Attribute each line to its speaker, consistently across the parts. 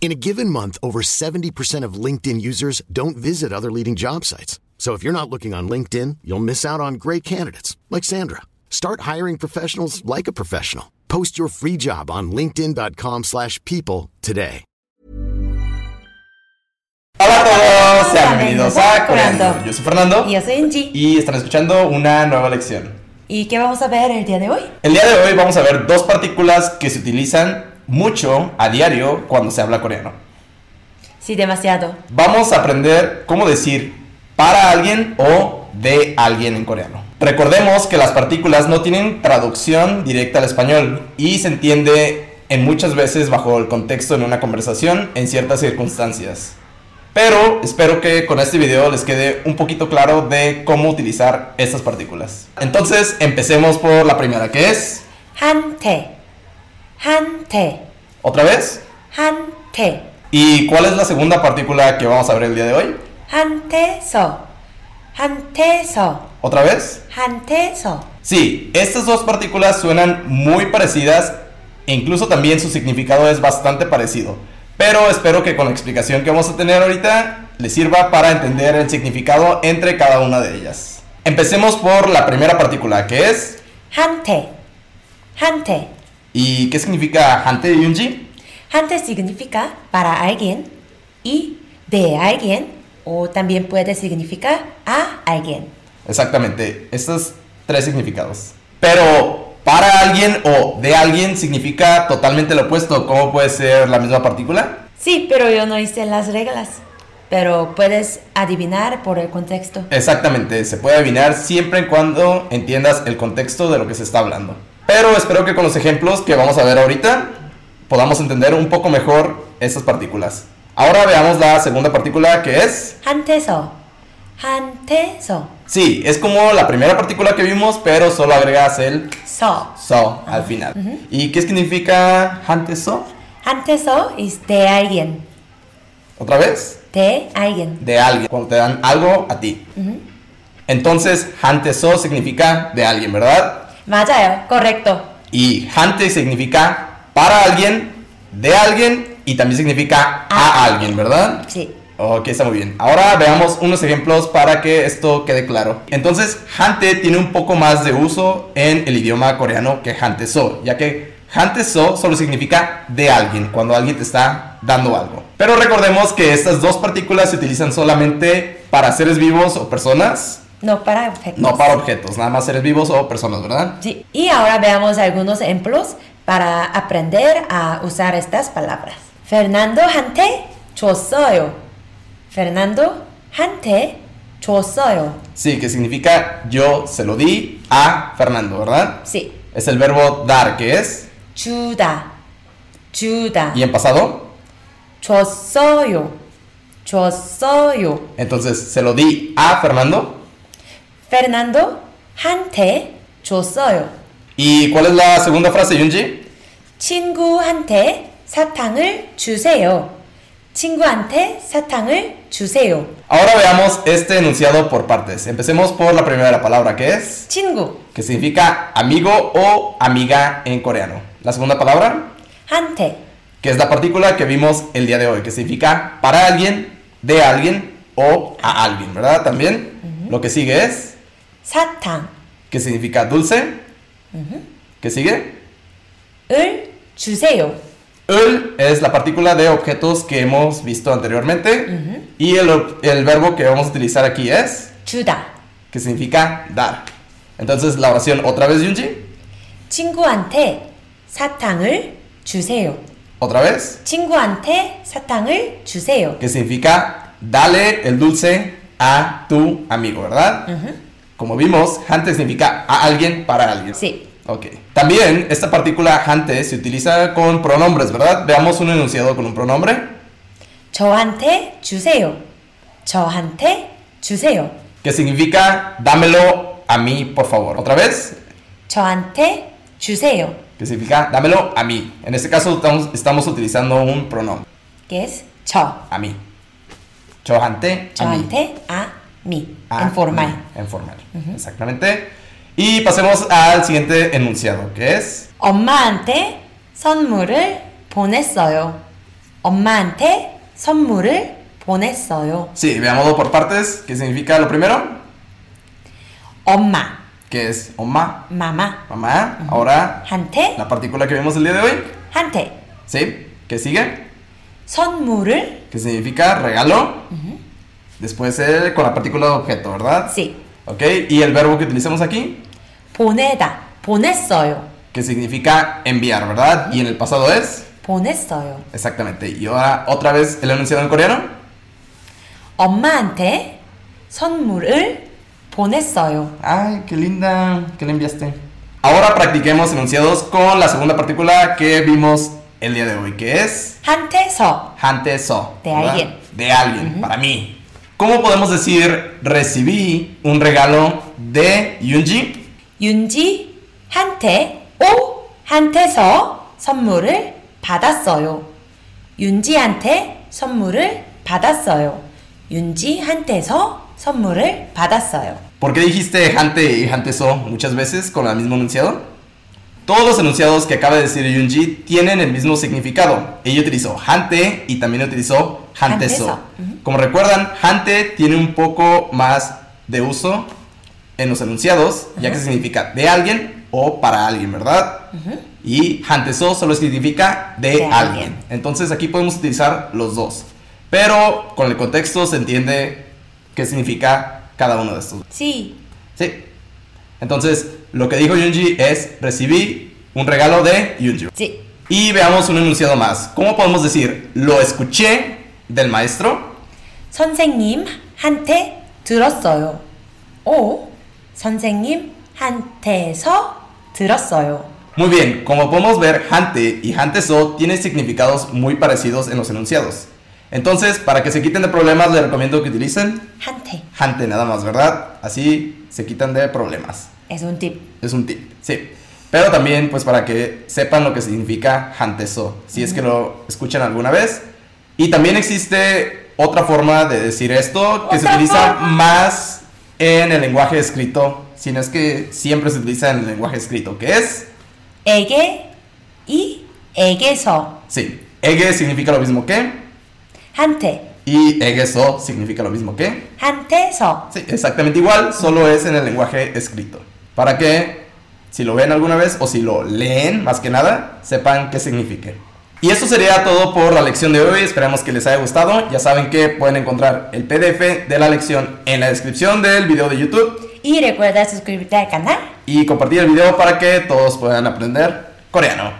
Speaker 1: In a given month, over 70% of LinkedIn users don't visit other leading job sites. So if you're not looking on LinkedIn, you'll miss out on great candidates like Sandra. Start hiring professionals like a professional. Post your free job on linkedin.com/people slash people today.
Speaker 2: Hola a todos, sean
Speaker 3: Hola,
Speaker 2: bienvenidos
Speaker 3: bienvenidos
Speaker 2: a
Speaker 3: a
Speaker 2: Coreando.
Speaker 3: Coreando.
Speaker 2: Yo soy Fernando
Speaker 3: Y yo soy Enji.
Speaker 2: y están escuchando una nueva lección.
Speaker 3: ¿Y qué vamos a ver el día de hoy?
Speaker 2: El día de hoy vamos a ver dos partículas que se utilizan mucho a diario cuando se habla coreano.
Speaker 3: Sí, demasiado.
Speaker 2: Vamos a aprender cómo decir para alguien o de alguien en coreano. Recordemos que las partículas no tienen traducción directa al español y se entiende en muchas veces bajo el contexto en una conversación en ciertas circunstancias. Pero espero que con este video les quede un poquito claro de cómo utilizar estas partículas. Entonces empecemos por la primera que es,
Speaker 3: Hante. Hante.
Speaker 2: otra vez,
Speaker 3: Hante.
Speaker 2: ¿y cuál es la segunda partícula que vamos a ver el día de hoy?
Speaker 3: Hanteso. Hanteso.
Speaker 2: Otra vez.
Speaker 3: Hanteso.
Speaker 2: Sí, estas dos partículas suenan muy parecidas e incluso también su significado es bastante parecido. Pero espero que con la explicación que vamos a tener ahorita les sirva para entender el significado entre cada una de ellas. Empecemos por la primera partícula que es
Speaker 3: Hante. Hante.
Speaker 2: ¿y qué significa Hante Yunji?
Speaker 3: Hante significa para alguien y de alguien o también puede significar a alguien.
Speaker 2: Exactamente, estos tres significados. Pero para alguien o de alguien significa totalmente lo opuesto. ¿Cómo puede ser la misma partícula?
Speaker 3: Sí, pero yo no hice las reglas. Pero puedes adivinar por el contexto.
Speaker 2: Exactamente, se puede adivinar siempre y cuando entiendas el contexto de lo que se está hablando. Pero espero que con los ejemplos que vamos a ver ahorita podamos entender un poco mejor estas partículas. Ahora veamos la segunda partícula que es...
Speaker 3: 한테서, 한테서,
Speaker 2: Sí, es como la primera partícula que vimos, pero solo agregas el
Speaker 3: 서.
Speaker 2: so al final. ¿Y qué significa antes so?
Speaker 3: 한테서 is de alguien,
Speaker 2: ¿Otra vez?
Speaker 3: de alguien.
Speaker 2: De alguien, cuando te dan algo a ti. Entonces, antes so significa de alguien, ¿verdad?
Speaker 3: 맞아요, correcto.
Speaker 2: Y hante significa para alguien, de alguien y también significa a alguien, ¿verdad?
Speaker 3: Sí.
Speaker 2: Ok, está muy bien. Ahora veamos unos ejemplos para que esto quede claro. Entonces, hante tiene un poco más de uso en el idioma coreano que hante so, ya que hante so solo significa de alguien, cuando alguien te está dando algo. Pero recordemos que estas dos partículas se utilizan solamente para seres vivos o personas,
Speaker 3: No para objetos.
Speaker 2: no para objetos, nada más seres vivos o personas, ¿verdad?
Speaker 3: Sí. Y ahora veamos algunos ejemplos para aprender a usar estas palabras. Fernando 한테 줬어요. Fernando 한테 줬어요.
Speaker 2: Sí, que significa yo se lo di a Fernando, ¿verdad?
Speaker 3: Sí.
Speaker 2: Es el verbo dar, que es.
Speaker 3: 주다, 주다.
Speaker 2: Y en pasado,
Speaker 3: 줬어요. 줬어요.
Speaker 2: entonces se lo di a Fernando.
Speaker 3: 페르난도 한테 줬어요.
Speaker 2: ¿Y cuál es la segunda frase, Yunji?
Speaker 3: 친구한테 사탕을 주세요. 친구한테 사탕을 주세요.
Speaker 2: Ahora veamos este enunciado por partes. Empecemos por la primera palabra, que es.
Speaker 3: 친구
Speaker 2: Que significa amigo o amiga en coreano. La segunda palabra,
Speaker 3: 한테
Speaker 2: que es la partícula que vimos el día de hoy, que significa para alguien, de alguien o a alguien, ¿verdad? También. Lo que sigue es.
Speaker 3: 사탕을
Speaker 2: que significa dulce. ¿Qué sigue?
Speaker 3: 주세요.
Speaker 2: El es la partícula de objetos que hemos visto anteriormente. Y el, ob- el verbo que vamos a utilizar aquí es,
Speaker 3: 주다.
Speaker 2: que significa dar. Entonces la oración otra vez, Yunji.
Speaker 3: 친구한테 사탕을 주세요.
Speaker 2: Otra vez.
Speaker 3: 친구한테 사탕을 주세요.
Speaker 2: Que significa dale el dulce a tu amigo, ¿verdad? Como vimos, hante significa a alguien para alguien.
Speaker 3: Sí.
Speaker 2: Ok. También esta partícula hante se utiliza con pronombres, ¿verdad? Veamos un enunciado con un pronombre.
Speaker 3: 저한테 주세요. 저한테 주세요.
Speaker 2: Que significa dámelo a mí, por favor. Otra vez,
Speaker 3: 저한테 주세요.
Speaker 2: que significa dámelo a mí. En este caso estamos, estamos utilizando un pronombre,
Speaker 3: que es 저.
Speaker 2: a mí. Chohante, a mí. Ah,
Speaker 3: 저한테 아, 네. 미.
Speaker 2: A
Speaker 3: en formal.
Speaker 2: mí, En formal, exactamente. Y pasemos al siguiente enunciado, que es
Speaker 3: 엄마한테 선물을 보냈어요. 엄마한테 선물을 보냈어요.
Speaker 2: Sí, veámoslo por partes. ¿Qué significa lo primero?
Speaker 3: 엄마,
Speaker 2: Que es oma,
Speaker 3: 마마,
Speaker 2: mamá. Ahora,
Speaker 3: 한테,
Speaker 2: la partícula que vimos el día de hoy.
Speaker 3: 한테.
Speaker 2: Sí, que sigue.
Speaker 3: 선물을,
Speaker 2: Que significa regalo. Después eh, con la partícula de objeto, ¿verdad?
Speaker 3: sí.
Speaker 2: Ok, y el verbo que utilizamos aquí,
Speaker 3: 보내다, 보냈어요.
Speaker 2: que significa enviar, ¿verdad? Y en el pasado es.
Speaker 3: 보냈어요.
Speaker 2: Exactamente. Y ahora, otra vez el enunciado en coreano.
Speaker 3: 엄마한테 선물을 보냈어요.
Speaker 2: Ay, qué linda, que le enviaste. Ahora practiquemos enunciados con la segunda partícula que vimos el día de hoy, que es.
Speaker 3: 한테서,
Speaker 2: Hante so.
Speaker 3: De
Speaker 2: ¿verdad?
Speaker 3: alguien.
Speaker 2: De alguien, para mí. ¿Cómo podemos decir recibí un regalo de Yunji?
Speaker 3: 윤지한테 오 한테서 선물을 받았어요. 윤지한테 선물을 받았어요. 윤지한테서 선물을 받았어요.
Speaker 2: ¿Por qué dijiste Hante y Hante so muchas veces con el mismo enunciado? Todos los enunciados que acaba de decir Yunji tienen el mismo significado. Ella utilizó Hante y también utilizó Hante
Speaker 3: Hante so.
Speaker 2: so. Como recuerdan, Hante tiene un poco más de uso en los enunciados, ya que significa de alguien o para alguien, ¿verdad? Y hanteso solo significa de,
Speaker 3: De
Speaker 2: alguien.
Speaker 3: alguien.
Speaker 2: Entonces aquí podemos utilizar los dos. Pero con el contexto se entiende qué significa cada uno de estos.
Speaker 3: Sí,
Speaker 2: Sí. Entonces, lo que dijo Yunji es recibí un regalo de Yunji.
Speaker 3: sí.
Speaker 2: Y veamos un enunciado más. ¿Cómo podemos decir lo escuché del maestro?
Speaker 3: 선생님한테 들었어요. 오 선생님한테서 들었어요.
Speaker 2: Muy bien, como podemos ver, Hante y Hanteso tienen significados muy parecidos en los enunciados. Entonces, para que se quiten de problemas, les recomiendo que utilicen
Speaker 3: 한테
Speaker 2: Hante nada más, ¿verdad? Así se quitan de problemas.
Speaker 3: es un tip.
Speaker 2: Es un tip, sí. Pero también, pues, para que sepan lo que significa Hanteso, si es que lo escuchan alguna vez. Y también existe otra forma de decir esto que se
Speaker 3: ¿Otra
Speaker 2: utiliza
Speaker 3: forma?
Speaker 2: más en el lenguaje escrito, si no es que siempre se utiliza en el lenguaje escrito, que es...
Speaker 3: 에게 이 에게서
Speaker 2: Sí, ege significa lo mismo que
Speaker 3: 한테
Speaker 2: y egeso significa lo mismo que.
Speaker 3: 한테서
Speaker 2: Sí, exactamente igual, solo es en el lenguaje escrito. Para que si lo ven alguna vez o si lo leen más que nada, sepan qué significa. Y eso sería todo por la lección de hoy, esperamos que les haya gustado. Ya saben que pueden encontrar el PDF de la lección en la descripción del video de YouTube
Speaker 3: y recuerda suscribirte al canal.
Speaker 2: y compartir el video para que todos puedan aprender coreano.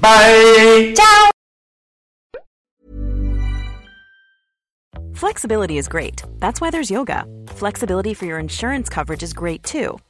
Speaker 2: Bye!
Speaker 3: ¡Chao!
Speaker 4: Flexibility is great. That's why there's yoga. Flexibility for your insurance coverage is great too.